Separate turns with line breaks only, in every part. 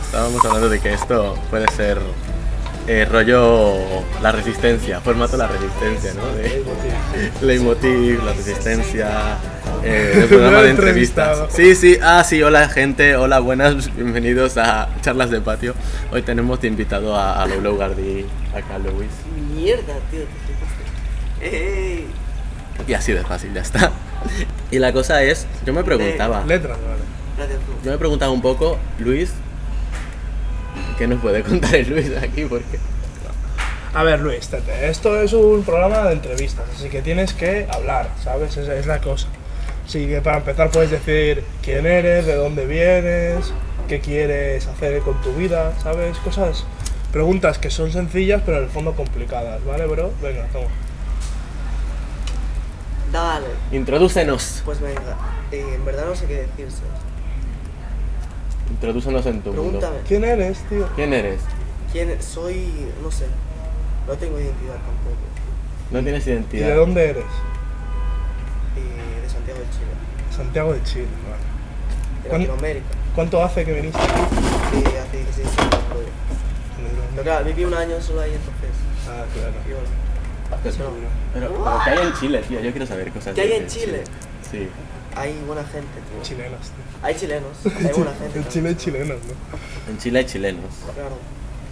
estábamos hablando de que esto puede ser eh, rollo la resistencia, formato la resistencia, ¿no? De, Leitmotiv, la resistencia, eh, el programa de entrevistas. Sí, sí, ah, sí, hola gente, hola, buenas, bienvenidos a Charlas de Patio. Hoy tenemos de invitado a, a Lolo Gardí, acá Luis.
Mierda, tío, te fijaste. ¡Ey!
Y así de fácil, ya está. Y la cosa es, yo me preguntaba,
Letras, vale.
Gracias tú.
yo me preguntaba un poco, Luis, ¿qué nos puede contar el Luis aquí? Porque
A ver, Luis, tete, esto es un programa de entrevistas, así que tienes que hablar, ¿sabes? Esa es la cosa. Así que para empezar puedes decir quién eres, de dónde vienes, qué quieres hacer con tu vida, ¿sabes? Cosas, preguntas que son sencillas pero en el fondo complicadas, ¿vale, bro? Venga, toma.
Dale.
introdúcenos,
Pues venga, eh, en verdad no sé qué decirse.
introdúcenos en tu
Pregúntame.
mundo.
¿Quién eres, tío?
¿Quién eres?
¿Quién soy? No sé. No tengo identidad tampoco.
No tienes
¿Y
identidad.
de dónde eres?
Eh, de Santiago de Chile.
Santiago de Chile, vale.
De
¿Cuán-
Latinoamérica.
¿Cuánto hace que viniste?
Eh, hace 16 años. creo. Pero claro, viví un año solo ahí entonces.
Ah, claro.
Y bueno, eso no.
Pero, pero, ¿qué hay en Chile, tío? Yo quiero saber cosas.
¿Qué
de-
hay en
de
Chile?
Sí.
Hay buena gente, tío.
Chilenos, tío.
Hay chilenos, hay buena gente.
En
también.
Chile hay chilenos, ¿no?
En Chile hay chilenos.
Claro.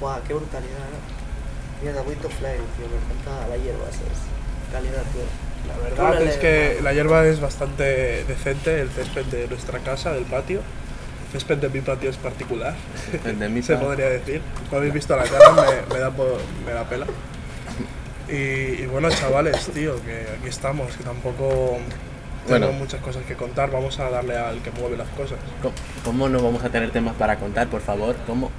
Guau, qué brutalidad, ¿no? Mierda, Wind of Flame, tío. Me encanta la hierba, esa es calidad, tío.
La verdad
Órale.
es que la hierba es bastante decente, el césped de nuestra casa, del patio. El césped de mi patio es particular,
De mí
se
pa-
podría decir. Como habéis visto la cara, me, me da, po- me da pela. Y, y bueno, chavales, tío, que aquí estamos, que tampoco tengo
Bueno.
muchas cosas que contar. Vamos a darle al que mueve las cosas.
¿Cómo, cómo no vamos a tener temas para contar, por favor? ¿Cómo,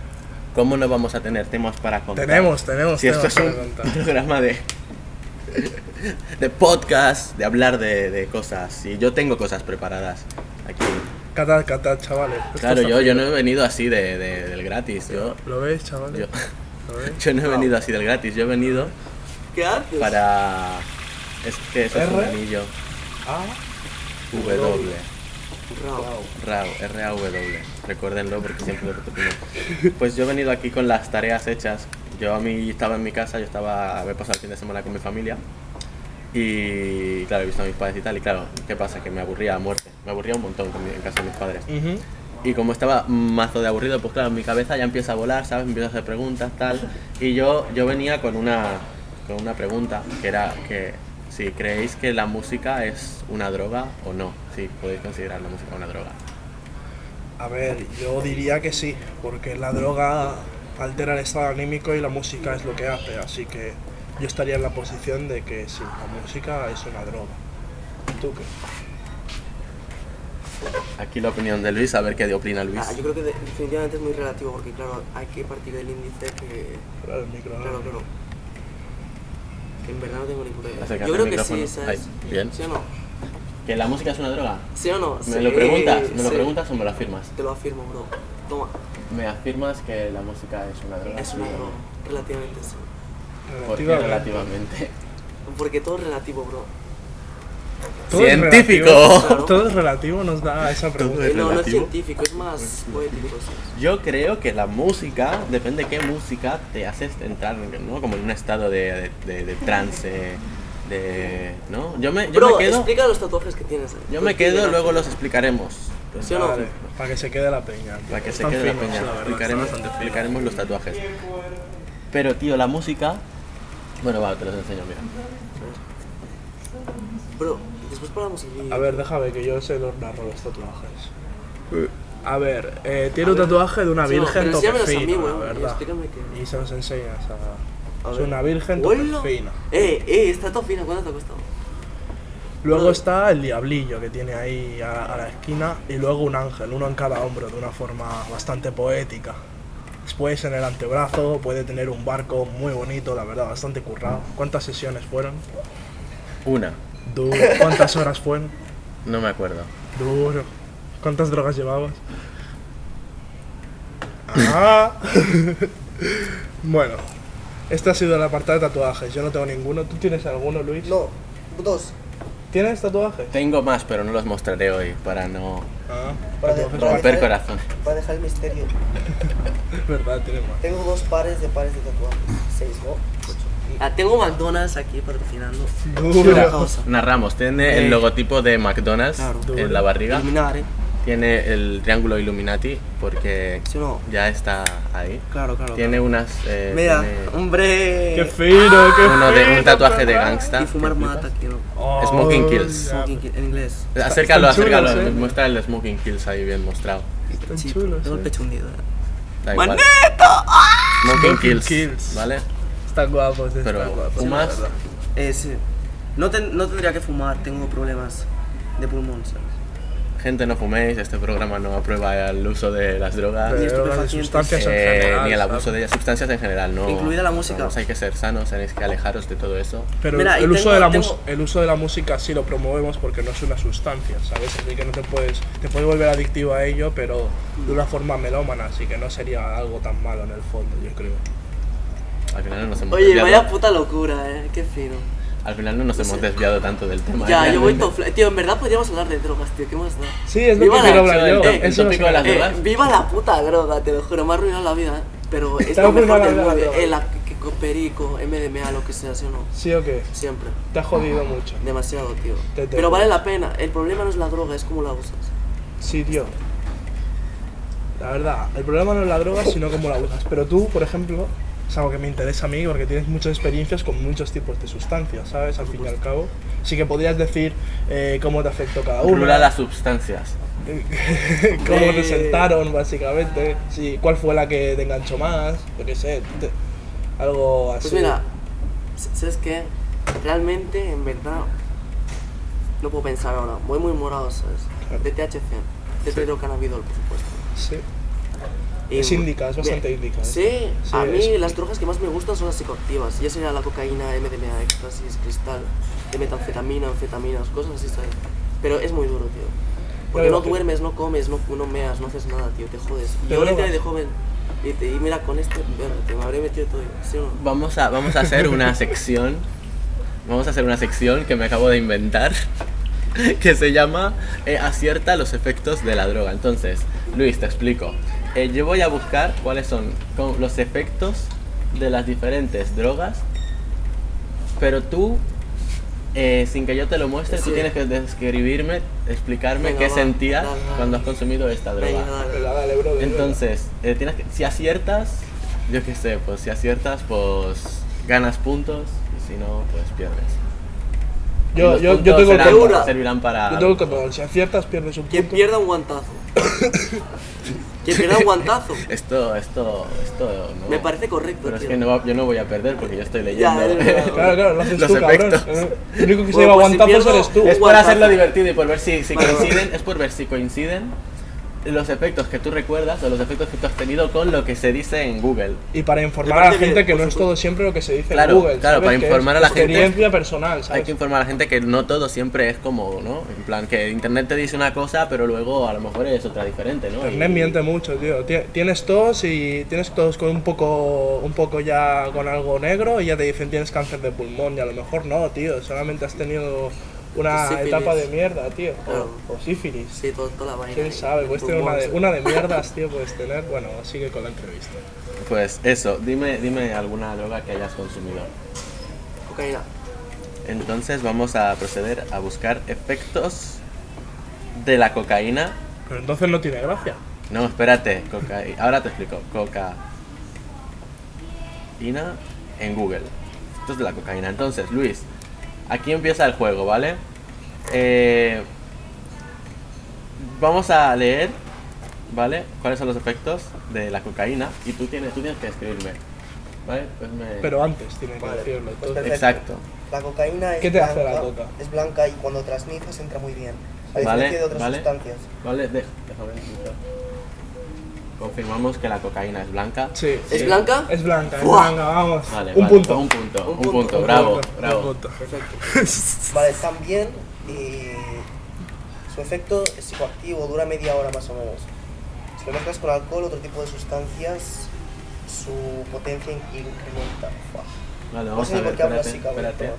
¿Cómo no vamos a tener temas para contar?
Tenemos, tenemos,
Si esto
temas
es un
para contar.
programa de. de podcast, de hablar de, de cosas. Y yo tengo cosas preparadas aquí.
Cata, cata, chavales. Esto
Claro,
está
yo, yo
fino.
no he venido así de, de- del gratis. Yo,
¿Lo veis, chavales?
yo,
¿Lo veis?
yo no he venido así del gratis. Yo he venido
¿Qué haces?
para. Es que eso es un
R.
anillo.
Ah,
W.
Bravo.
RAW, R-A-W, recuérdenlo porque siempre lo repetimos. Pues yo he venido aquí con las tareas hechas. Yo a mí estaba en mi casa, yo estaba, había pasado el fin de semana con mi familia y claro, he visto a mis padres y tal. Y claro, ¿qué pasa? Que me aburría a muerte, me aburría un montón con mi- en casa de mis padres.
ujú.
Y como estaba mazo de aburrido, pues claro, en mi cabeza ya empieza a volar, ¿sabes? Me empiezo a hacer preguntas, tal. Y yo, yo venía con una, con una pregunta, que era que si creéis que la música es una droga o no, si podéis considerar la música una droga.
A ver, yo diría que sí, porque la droga altera el estado anímico y la música es lo que hace, así que yo estaría en la posición de que sí, la música es una droga. ¿Tú qué?
Aquí la opinión de Luis, a ver qué opina Luis.
Ah, yo creo que de- definitivamente es muy relativo porque, claro, hay que partir del índice que.
Claro, el micro. ¿no?
Claro, claro. Que en verdad no tengo ni puta idea.
Acércate
Yo creo
al
que sí,
micrófono.
¿sabes?
Ahí, bien.
¿Sí o no?
¿Que la música es una droga?
¿Sí o no?
¿Me
Sí,
lo preguntas? ¿Me lo
sí.
preguntas o me lo afirmas?
Te lo afirmo, bro. Toma,
¿Me afirmas que la música es una droga?
es una droga. Relativamente sí.
¿Por qué
Relativa,
relativamente?
Porque todo es relativo, bro.
Todo es
¡Científico!
relativo. Todo es relativo, nos da esa pregunta.
¿Es
Eh, no, no es
relativo?
científico, es más poético. sí.
Yo creo que la música, depende qué música, te hace entrar ¿no? como en un estado de, de, de- de trance, de... ¿no? Yo me, yo me
Bro,
quedo,
explica los tatuajes que tienes. ahí.
yo me quedo luego los explicaremos. Pues,
¿Sí o no?
Vale, para que se quede la peña. tío.
Para que se
Están
quede la
finos,
peña.
la verdad,
explicaremos,
están bastante finos.
explicaremos los tatuajes. Pero, tío, la música... Bueno, va, te los enseño, mira.
Bro, después paramos el vídeo.
A ver, déjame que yo se los narro los tatuajes. A ver, eh, tiene un tatuaje de una
Sí, no,
virgen
pero
tope
enséñamelos a mí,
fina, la
weón, y
verdad.
explícame qué.
Y se los enseñas a...
A
Es
ver.
una virgen tope
Hola.
fina.
Eh, eh, está todo fina, ¿cuánto te ha costado?
Luego está el diablillo que tiene ahí a, a la esquina y luego un ángel, uno en cada hombro, de una forma bastante poética. Después en el antebrazo puede tener un barco muy bonito, la verdad, bastante currado. ¿Cuántas sesiones fueron?
Una,
Duro. ¿Cuántas horas fueron?
no me acuerdo.
Duro. ¿Cuántas drogas llevabas? Ah. bueno, este ha sido el apartado de tatuajes. Yo no tengo ninguno. ¿Tú tienes alguno, Luis?
No, dos.
¿Tienes tatuajes?
Tengo más, pero no los mostraré hoy para no...
Ah,
Para
tatuajes Entonces,
Romper
eh,
corazones.
Para dejar el misterio.
es verdad, tiene más.
Tengo dos pares de pares de tatuajes. Seis, ¿no? Ocho.
Ah, tengo McDonald's aquí patrocinando.
Duro.
Cosa.
Narramos, tiene
Eh.
el logotipo de McDonald's
Claro.
en la barriga,
Iluminar, ¿eh?
tiene el triángulo Illuminati porque
Sí, no.
ya está ahí,
Claro, claro.
tiene unas... eh,
Mira,
tiene
hombre.
Qué fino, qué
uno de-
fino,
un tatuaje de
perra.
gangsta.
Y fumar
que
mata, quiero.
Oh,
Smoking kills.
ya, pues,
Smoking kill, en inglés.
flipas. Acércalo,
Están chulos,
acércalo,
eh.
muestra el smoking kills ahí bien mostrado.
están
Sí,
chulos,
tengo el
eh.
pecho hundido. ¿eh?
Da igual.
¡Manito! ¡Ah!
Smoking
Smoking
kills,
kills.
¿vale?
Están guapos, están
Pero
guapos.
fumas,
Eh, sí. No, ten- no tendría que fumar, tengo problemas de pulmón, ¿sabes?
gente no fuméis, este programa no aprueba el uso de las drogas.
Pero
Ni
las
estupefacientes.
sustancias en
eh,
general,
ni el
¿sabes?
abuso de sustancias en general, no.
Incluida la música.
no, hay que ser sanos, tenéis que alejaros de todo eso.
Pero
Mira, y
el, uso
tengo-
de la
tengo-
mus- el uso de la música sí lo promovemos porque no es una sustancia, ¿sabes? Así que no te puedes, te puedes volver adictivo a ello, pero de una forma melómana, así que no sería algo tan malo en el fondo, yo creo.
Al final no nos hemos
Oye,
desviado.
vaya puta locura, eh. Qué fino.
Al final no nos hemos desviado tanto del tema.
Ya, yo voy
realmente.
todo fla- Tío, en verdad podríamos hablar de drogas, tío. ¿Qué más da?
Sí, es lo
Viva
que
la-
quiero hablar
el
yo.
tópico- el
Eso no
tópico
se
de las
me-
Eh,
drogas?
viva la puta droga, te lo juro. Me ha arruinado la vida, eh. Pero es
Te ha
lo mejor
arruinado
del
la
mundo.
droga.
eh, la que, que- perico, MDMA, lo que sea, ¿sí o no?
¿Sí o qué?
Siempre.
Te ha jodido mucho.
Demasiado, tío.
Te- te-
Pero vale la pena. El problema no es la droga, es cómo la usas.
Sí, tío. La verdad, el problema no es la droga, sino cómo la usas. Pero tú, por ejemplo, es algo que me interesa a mí porque tienes muchas experiencias con muchos tipos de sustancias, ¿sabes? Al fin y al cabo. Sí que podrías decir eh, cómo te afectó cada una.
Rula las sustancias.
cómo
Eh.
te sentaron, básicamente. Sí, cuál fue la que te enganchó más, yo qué sé. te- algo así.
Pues mira, s- ¿sabes qué? Realmente, en verdad, no puedo pensar ahora. Voy muy morado, ¿sabes?
Claro.
De THC, de tetrocannabidol, por supuesto.
Sí.
Y-
Es índica, es bastante
Bien.
índica, ¿eh?
Sí,
Sí,
a mí
es-
las drogas que más me gustan son las psicoactivas. Ya sería la cocaína, MDMA, éxtasis, cristal, de metanfetamina, anfetaminas, cosas así, ¿sabes? Pero es muy duro, tío. Porque
Claro,
no
que-
duermes, no comes, no, no meas, no haces nada, tío, te jodes. Y
Pero
Yo le
luego-
de joven y, te- y mira con este, verga, te me habré metido todo. ¿sí o no?
Vamos a, vamos a hacer una sección. Vamos a hacer una sección que me acabo de inventar. Que se llama eh, Acierta los efectos de la droga. Entonces, Luis, te explico. Eh, yo voy a buscar cuáles son co- los efectos de las diferentes drogas. Pero tú, eh, sin que yo te lo muestre,
Sí.
tú tienes que describirme, explicarme
Venga,
qué
va,
sentías
dale, dale.
cuando has consumido esta droga.
Venga, dale.
Venga, dale, bro, dale, bro.
Entonces, eh, tienes que- si aciertas, yo qué sé, pues si aciertas, pues ganas puntos y si no, pues pierdes. Y
Yo,
los
yo, yo
puntos
tengo el
serán-
Segura.
control.
servirán para.
Yo tengo el control. Si aciertas, pierdes un
Quien
punto.
pierda un guantazo. Quien pierda un guantazo.
Esto, esto, esto. No.
Me parece correcto,
Pero es
tío.
que no, va- yo no voy a perder porque yo estoy leyendo.
es verdad.
Claro, claro, lo haces
Los
tú, cabrón.
efectos.
Eh, El único que se
Bueno,
lleva
pues si
guantazos
pierdo-
eres tú.
Es
Un
por
guantazo.
hacerlo divertido y por ver si, si
Vale, vale.
coinciden, es por ver si coinciden los efectos que tú recuerdas o los efectos que tú has tenido con lo que se dice en Google.
Y para informar
Me
a la
parece
gente
bien,
que
por
no es
supuesto.
todo siempre lo que se dice
Claro,
en Google.
claro,
¿sabes?
para
Que
informar
es
a la gente-
Experiencia personal, ¿sabes?
Hay que informar a la gente que no todo siempre es como, ¿no? En plan, que internet te dice una cosa, pero luego a lo mejor es otra diferente, ¿no?
Internet
Y-
miente mucho, tío. Ti- Tienes tos y tienes tos con un poco, un poco ya con algo negro y ya te dicen tienes cáncer de pulmón y a lo mejor no, tío. Solamente has tenido una
Sífilis.
etapa de mierda, tío. O-
Claro.
O, sífilis.
Sí, todo- toda la vaina.
Quién
ahí.
sabe, puedes tener
Pulmón,
una de,
sí.
una de mierdas, tío, puedes tener. Bueno, sigue con la entrevista.
Pues eso, dime, dime alguna droga que hayas consumido.
Cocaína.
Entonces vamos a proceder a buscar efectos de la cocaína.
Pero entonces no tiene gracia.
No, espérate, cocaí- ahora te explico. Cocaína en Google. Efectos de la cocaína. Entonces, Luis, aquí empieza el juego, ¿vale? Eh, vamos a leer, ¿vale? ¿Cuáles son los efectos de la cocaína? Y tú tienes, tú tienes que escribirme. ¿Vale? Pues me...
Pero antes tiene que
Vale,
decirlo.
pues
entonces.
Exacto.
La cocaína es
¿Qué te hace
blanca,
la coca?
Es blanca y cuando trasnifas entra muy bien. A diferencia
Vale,
de otras
vale.
sustancias.
Vale, de- déjame explicar. Confirmamos que la cocaína es blanca.
Sí.
¿Es blanca?
Es blanca, es
Buah.
blanca, vamos.
Vale,
un,
vale,
punto.
Un punto, un
Un
punto,
punto,
bravo,
Un punto,
bravo.
un punto.
Perfecto.
Vale, también eh, su efecto es psicoactivo, dura media hora más o menos. Si lo mezclas con alcohol, otro tipo de sustancias, su potencia in- incrementa. Buah.
Vale,
No
vamos
sé
a
ni
ver,
por qué hablo
espérate,
así, cabrón.
espérate.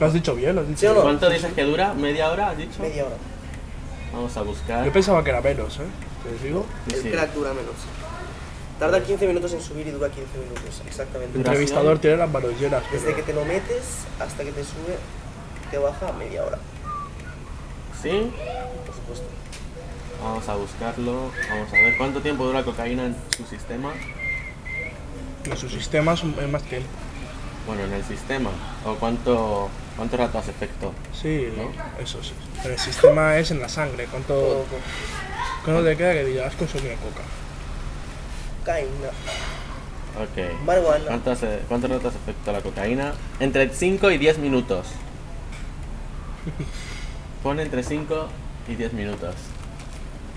Lo has dicho bien, lo has dicho
¿Sí o no?
¿Cuánto dices que dura? ¿Media hora has dicho?
Media hora.
Vamos a
bien. Yo
buscar.
pensaba que era menos, ¿eh? que os digo.
Sí,
El
sí.
crack dura menos. Tarda 15 minutos en subir y dura 15 minutos, exactamente.
El entrevistador tiene las manos llenas.
Desde
pero-
que te lo metes hasta que te sube, te baja media hora,
¿Sí?
por supuesto.
Vamos a buscarlo. Vamos a ver cuánto tiempo dura cocaína en su sistema.
En sus sistemas es más tiempo.
Bueno, en el sistema. O cuánto, cuánto rato hace efecto.
Sí,
¿No?
eso sí. Pero el sistema es en la sangre.
Oh.
¿Cuánto,
Todo con
cuánto te queda que digas has consumido coca?
cocaína,
Ok.
marihuana,
¿Cuánto, hace, ¿Cuánto rato hace efecto la cocaína? Entre 5 y 10 minutos. Pone entre 5 y 10 minutos.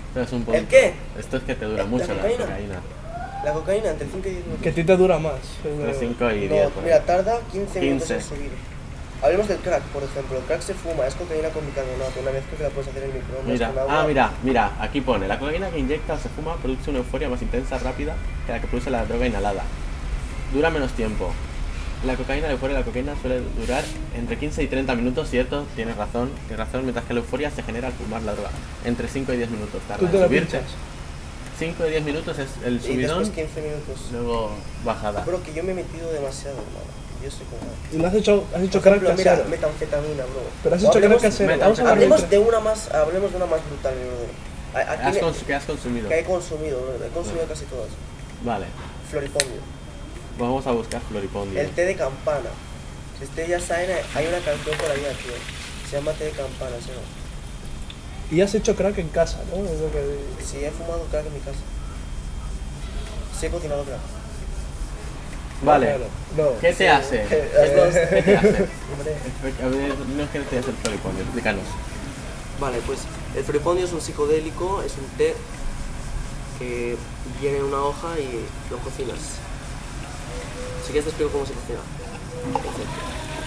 Esto es un poco...
¿El qué?
Esto es que te dura
¿La
mucho la
cocaína?
cocaína. Ah.
la cocaína entre 5 y 10
Que a
minutos.
ti te dura más.
Entre 5 y 10.
Mm, No, mira, tarda 15 minutos en
15.
subir. Hablemos del crack, por ejemplo. El crack se fuma, es cocaína con bicarbonato, una mezcla que la puedes hacer en microondas
Mira,
con agua.
ah, mira, mira, aquí pone, la cocaína que inyecta o se fuma produce una euforia más intensa, rápida que la que produce la droga inhalada. Dura menos tiempo. La cocaína, la euforia de la cocaína suele durar entre 15 y 30 minutos, ¿cierto? Tienes razón, tienes razón, mientras que la euforia se genera al fumar la droga. Entre 5 y 10 minutos tarda
Tú te
en
la
subir.
pinchas.
5 y 10 minutos es el
Y después
subidón,
15 minutos.
luego bajada.
Bro, que yo me he metido demasiado, hermano. Yo soy como...
Y lo has hecho, has hecho
Por ejemplo,
crack
mira,
casero.
metanfetamina, bro.
Pero has
O
hecho crack
hablemos-
casero.
meta-
Vamos a hablar
Hablemos
del
de
crack.
una más, hablemos de una más brutal, bro. ¿A, a quién
¿Has
he-
cons- ¿Qué has consumido?
que he consumido, bro? He consumido casi todas.
Vale,
Floripondio.
vamos a buscar floripondio.
El té de campana. Si ustedes ya saben, hay una canción por ahí, tío. Se llama té de campana, ¿sí o
Y has hecho crack en casa, ¿no? Es lo que-
no? Sí, he fumado crack en mi casa. Sí, he cocinado crack.
Vale,
No.
¿qué te hace? ¿Qué te hace?
Hombre,
A ver, no es que te hace el floripondio, explícanos.
Vale, pues el floripondio es un psicodélico, es un té que viene en una hoja y lo cocinas. Si quieres te explico cómo se cocina.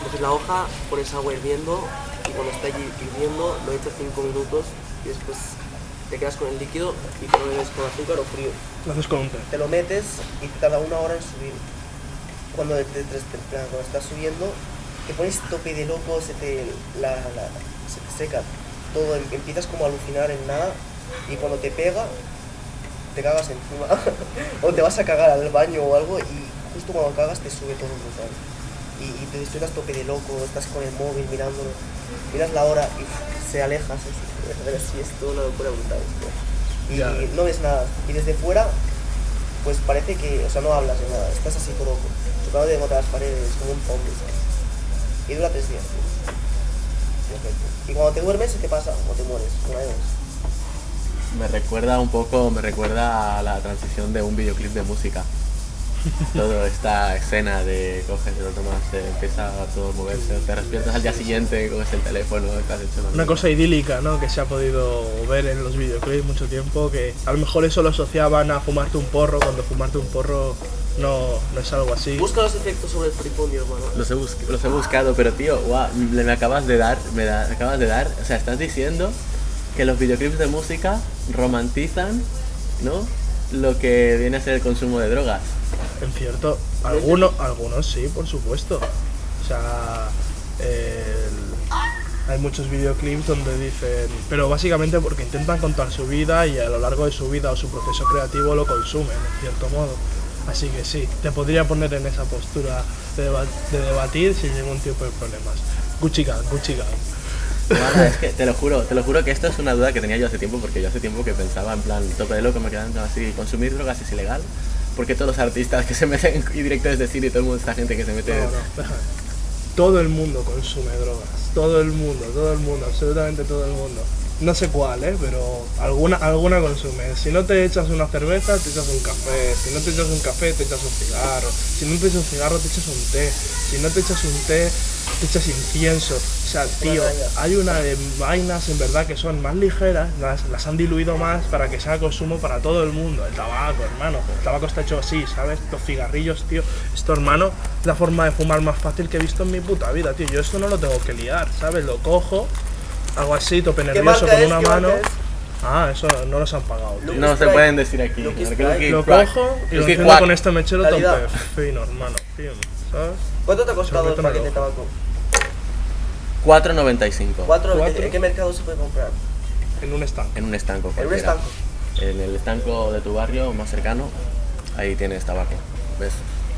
Coges la hoja, pones agua hirviendo y cuando está allí hirviendo lo echas 5 minutos y después te quedas con el líquido y te lo bebes con azúcar o frío.
Lo haces con un té.
te lo metes y te tarda una hora en subir. Cuando, te, te- te- en plan, cuando estás subiendo, te pones tope de loco, se te, la, la- se te seca todo, em- empiezas como a alucinar en nada y cuando te pega, te cagas encima o te vas a cagar al baño o algo y justo cuando cagas te sube todo brutal. Y, y te despiertas tope de loco, estás con el móvil mirándolo, miras la hora y se aleja, se, se- se- pero sí, es toda una locura brutal. tío. Y,
Ya.
y no ves nada. Y desde fuera, pues parece que, o sea, no hablas de nada, estás así todo loco, chocándote contra las paredes, como un zombie, ¿sabes? Y dura tres días, tío. Perfecto. Y cuando te duermes, se te pasa, o te mueres, una de dos.
Me recuerda un poco, me recuerda a la transición de un videoclip de música. Toda esta escena de coges el otro más, empieza a todo moverse, te despiertas al día siguiente, coges el teléfono, estás hecho una
Una
mierda.
cosa idílica, ¿no? Que se ha podido ver en los videoclips mucho tiempo, que a lo mejor eso lo asociaban a fumarte un porro, cuando fumarte un porro no, no es algo así.
Busca los efectos sobre el floripondio, hermano.
Los he, bus- los he buscado, pero tío, guau, le- me acabas de dar, me da- me acabas de dar, o sea, estás diciendo que los videoclips de música romantizan, ¿no? Lo que viene a ser el consumo de drogas.
En cierto, algunos, algunos sí, por supuesto. O sea, el- hay muchos videoclips donde dicen, pero básicamente porque intentan contar su vida y a lo largo de su vida o su proceso creativo lo consumen, en cierto modo. Así que sí, te podría poner en esa postura de, deba- de debatir sin ningún tipo de problemas. Gucci Gang, Gucci Gang.
Guarda, es que te lo juro, te lo juro que esto es una duda que tenía yo hace tiempo, porque yo hace tiempo que pensaba en plan, tope de loco, me quedan así, consumir drogas es ilegal, porque todos los artistas que se meten y directores de cine y todo el mundo, esta gente que se mete...
No, no, déjame. Todo el mundo consume drogas. Todo el mundo, todo el mundo, absolutamente todo el mundo. No sé cuál, ¿eh? pero alguna, alguna consume. Si no te echas una cerveza, te echas un café. Si no te echas un café, te echas un cigarro. Si no te echas un cigarro, te echas un té. Si no te echas un té, te echas incienso. O sea, tío,
araña.
hay una de vainas en verdad que son más ligeras, las, las han diluido más para que sea consumo para todo el mundo. El tabaco, hermano. El tabaco está hecho así, ¿sabes? Los cigarrillos, tío. Esto, hermano, es la forma de fumar más fácil que he visto en mi puta vida, tío. Yo esto no lo tengo que liar, ¿sabes? Lo cojo, hago así, tope nervioso con
marca es?
una
¿Qué marca
mano.
es?
Ah, eso no los han pagado, tío.
No se
Strike.
pueden decir aquí.
Lucky
Lucky
Strike.
Lo
Crack.
cojo y lo
Lucky
enciendo
Quack.
con este mechero tope
Calidad.
fino, hermano. tío, ¿sabes?
¿Cuánto te ha costado el
Sorpréndeme
paquete de
luego.
tabaco?
4.95
Cuatro,
Cuatro.
¿En qué mercado se puede comprar?
En un stand.
en un estanco.
En un
cualquiera.
estanco.
en el estanco de tu barrio más cercano, ahí tienes tabaco. ¿Ves?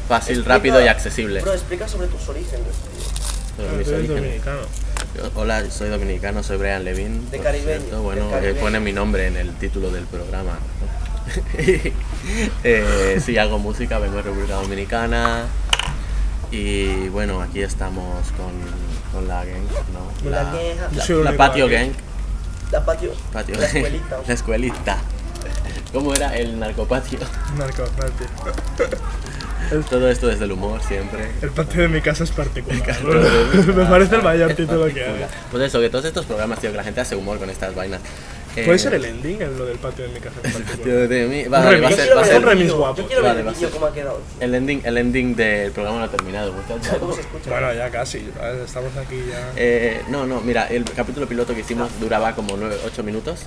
Fácil, rápido y accesible.
Bro, explica sobre tus orígenes, tío.
Sobre
Claro,
mis
tú eres
orígenes.
Ah, dominicano.
Yo- Hola, soy dominicano, soy Brian Levin.
De
por
caribeño,
cierto.
de
Bueno, eh,
caribeño.
pone mi nombre en el título del programa. ¿no? Eh, sí, hago música, vengo de República Dominicana. Y bueno, aquí estamos con, con la gang, ¿no?
La gang.
la-
Yo soy el
la
único
patio
aquí.
gang.
La patio.
patio
La
gang,
escuelita.
la escuelita. ¿Cómo era el narcopatio?
Narcopatio.
Todo esto desde el humor siempre.
El patio de mi casa es particular.
Todo desde-
Me parece el mayor
Es
título que
particular.
hay.
Pues eso, que todos estos programas, tío, que la gente hace humor con estas vainas. Eh,
¿Puede ser el ending, el- lo del patio de mi casa en particular?
Tío, de mí- va, vale, va a
remix,
ser, va a
un
ser-
el
remis
vídeo,
guapo.
Yo quiero ver
Vale,
el
va a
vídeo
ser.
cómo ha quedado. tío.
el ending, el ending del programa no ha terminado, muchachos.
¿Cómo se escucha?
Bueno, ya casi. a ver, Estamos aquí ya.
Eh, no, no, mira, el capítulo piloto que hicimos duraba como 9, 8 minutos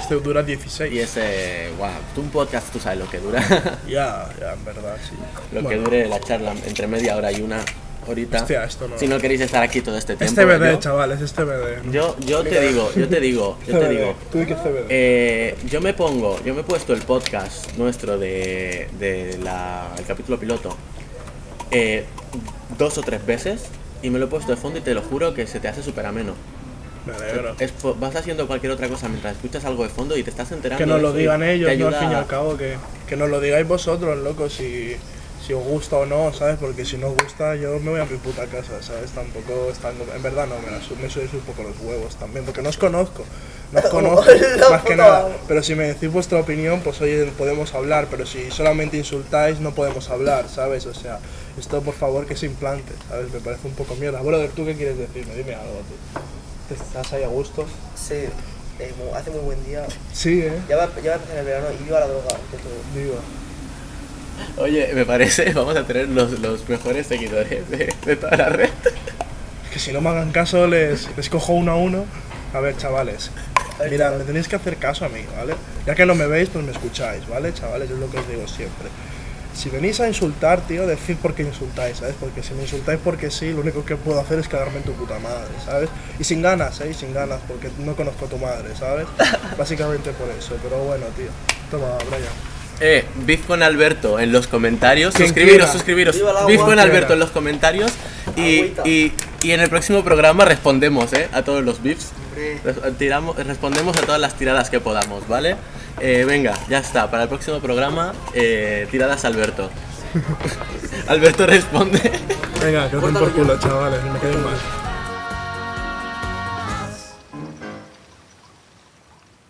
Este dura
y
16.
ese, wow, tú un podcast tú sabes lo que dura,
Ya, ya, en verdad, sí.
lo que
Bueno,
dure la charla entre media hora y una horita.
Hostia, esto no.
Si no queréis estar aquí todo este tiempo.
Este BD,
yo,
chavales, este BD.
yo, yo te digo, yo te digo, yo te digo.
¿Tú este de qué CBD?
Eh, yo me pongo, yo me he puesto el podcast nuestro de, de la- el capítulo piloto eh, dos o tres veces y me lo he puesto de fondo y te lo juro que se te hace súper ameno.
Me alegro.
Es po- vas haciendo cualquier otra cosa mientras escuchas algo de fondo y te estás enterando.
Que nos
de
lo
eso y
digan
te
ellos, ¿no?
ayuda
Al fin y
a-
al cabo, que, que nos lo digáis vosotros, loco, si, si os gusta o no, ¿sabes? Porque si no os gusta, yo me voy a mi puta casa, ¿sabes? Tampoco estando. En verdad, no, me, la su- me subís un poco los huevos también, porque no os conozco. No os conozco,
La
más que
puta
nada.
madre.
Pero si me decís vuestra opinión, pues oye, podemos hablar, pero si solamente insultáis, no podemos hablar, ¿sabes? O sea, esto por favor que se implante, ¿sabes? Me parece un poco mierda. Brother, ¿tú qué quieres decirme? Dime algo, tú. ¿Estás ahí a gusto?
Sí, eh, mu- hace muy buen día.
Sí, ¿eh?
Ya va, ya va a empezar el verano y viva la droga ante todo.
Digo.
Oye, me parece, vamos a tener los, los mejores seguidores de, de toda la red.
Que si no me hagan caso, les, les cojo uno a uno. A ver, chavales. Mira, me tenéis que hacer caso a mí, ¿vale? Ya que no me veis, pues me escucháis, ¿vale, chavales? Es lo que os digo siempre. Si venís a insultar, tío, decid por qué insultáis, ¿sabes? Porque si me insultáis porque sí, lo único que puedo hacer es cagarme en tu puta madre, ¿sabes? Y sin ganas, ¿eh? Y sin ganas, porque no conozco a tu madre, ¿sabes? Básicamente por eso, pero bueno, tío. Toma, Brian.
Eh, Beef con Alberto en los comentarios.
Quien
Suscribiros,
quiera.
suscribiros.
Viva la
Beef con
guantera.
Alberto en los comentarios. Y,
Agüita.
y- y en el próximo programa respondemos, eh, a todos los beefs.
Hombre.
Res- eh, tiramos- respondemos a todas las tiradas que podamos, ¿vale? Eh, venga, ya está. Para el próximo programa, eh, tiradas Alberto. Alberto responde.
Venga, que os den por culo, chavales. Me quedéis mal.